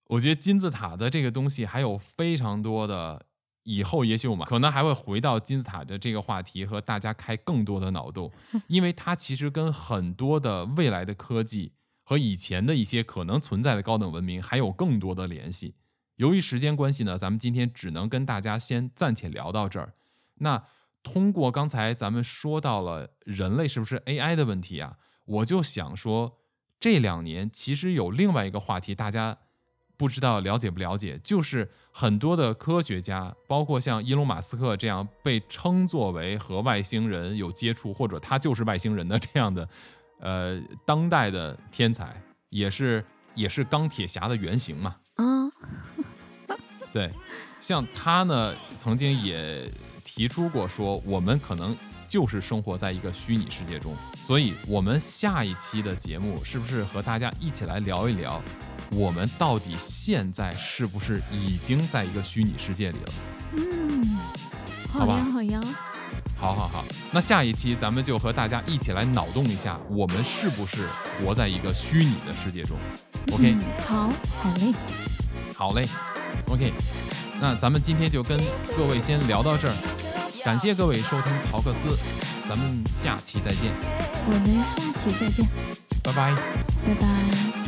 我觉得金字塔的这个东西还有非常多的。以后也许我们可能还会回到金字塔的这个话题，和大家开更多的脑洞，因为它其实跟很多的未来的科技和以前的一些可能存在的高等文明还有更多的联系。由于时间关系呢，咱们今天只能跟大家先暂且聊到这儿。那通过刚才咱们说到了人类是不是 AI 的问题啊，我就想说，这两年其实有另外一个话题，大家不知道了解不了解，就是很多的科学家，包括像伊隆马斯克这样被称作为和外星人有接触，或者他就是外星人的 <laughs> 这样的，呃，当代的天才，也是也是钢铁侠的原型嘛。
啊、
对，像他呢，曾经也提出过说，我们可能就是生活在一个虚拟世界中，所以我们下一期的节目是不是和大家一起来聊一聊，我们到底现在是不是已经在一个虚拟世界里了？
嗯，
好
好
吧
呀好呀，
好好好，那下一期咱们就和大家一起来脑洞一下，我们是不是活在一个虚拟的世界中？OK，、
嗯好，好嘞，
好嘞，OK，那咱们今天就跟各位先聊到这儿。感谢各位收听陶克斯，咱们下期再见，
我们下期再见，
拜拜。
拜拜。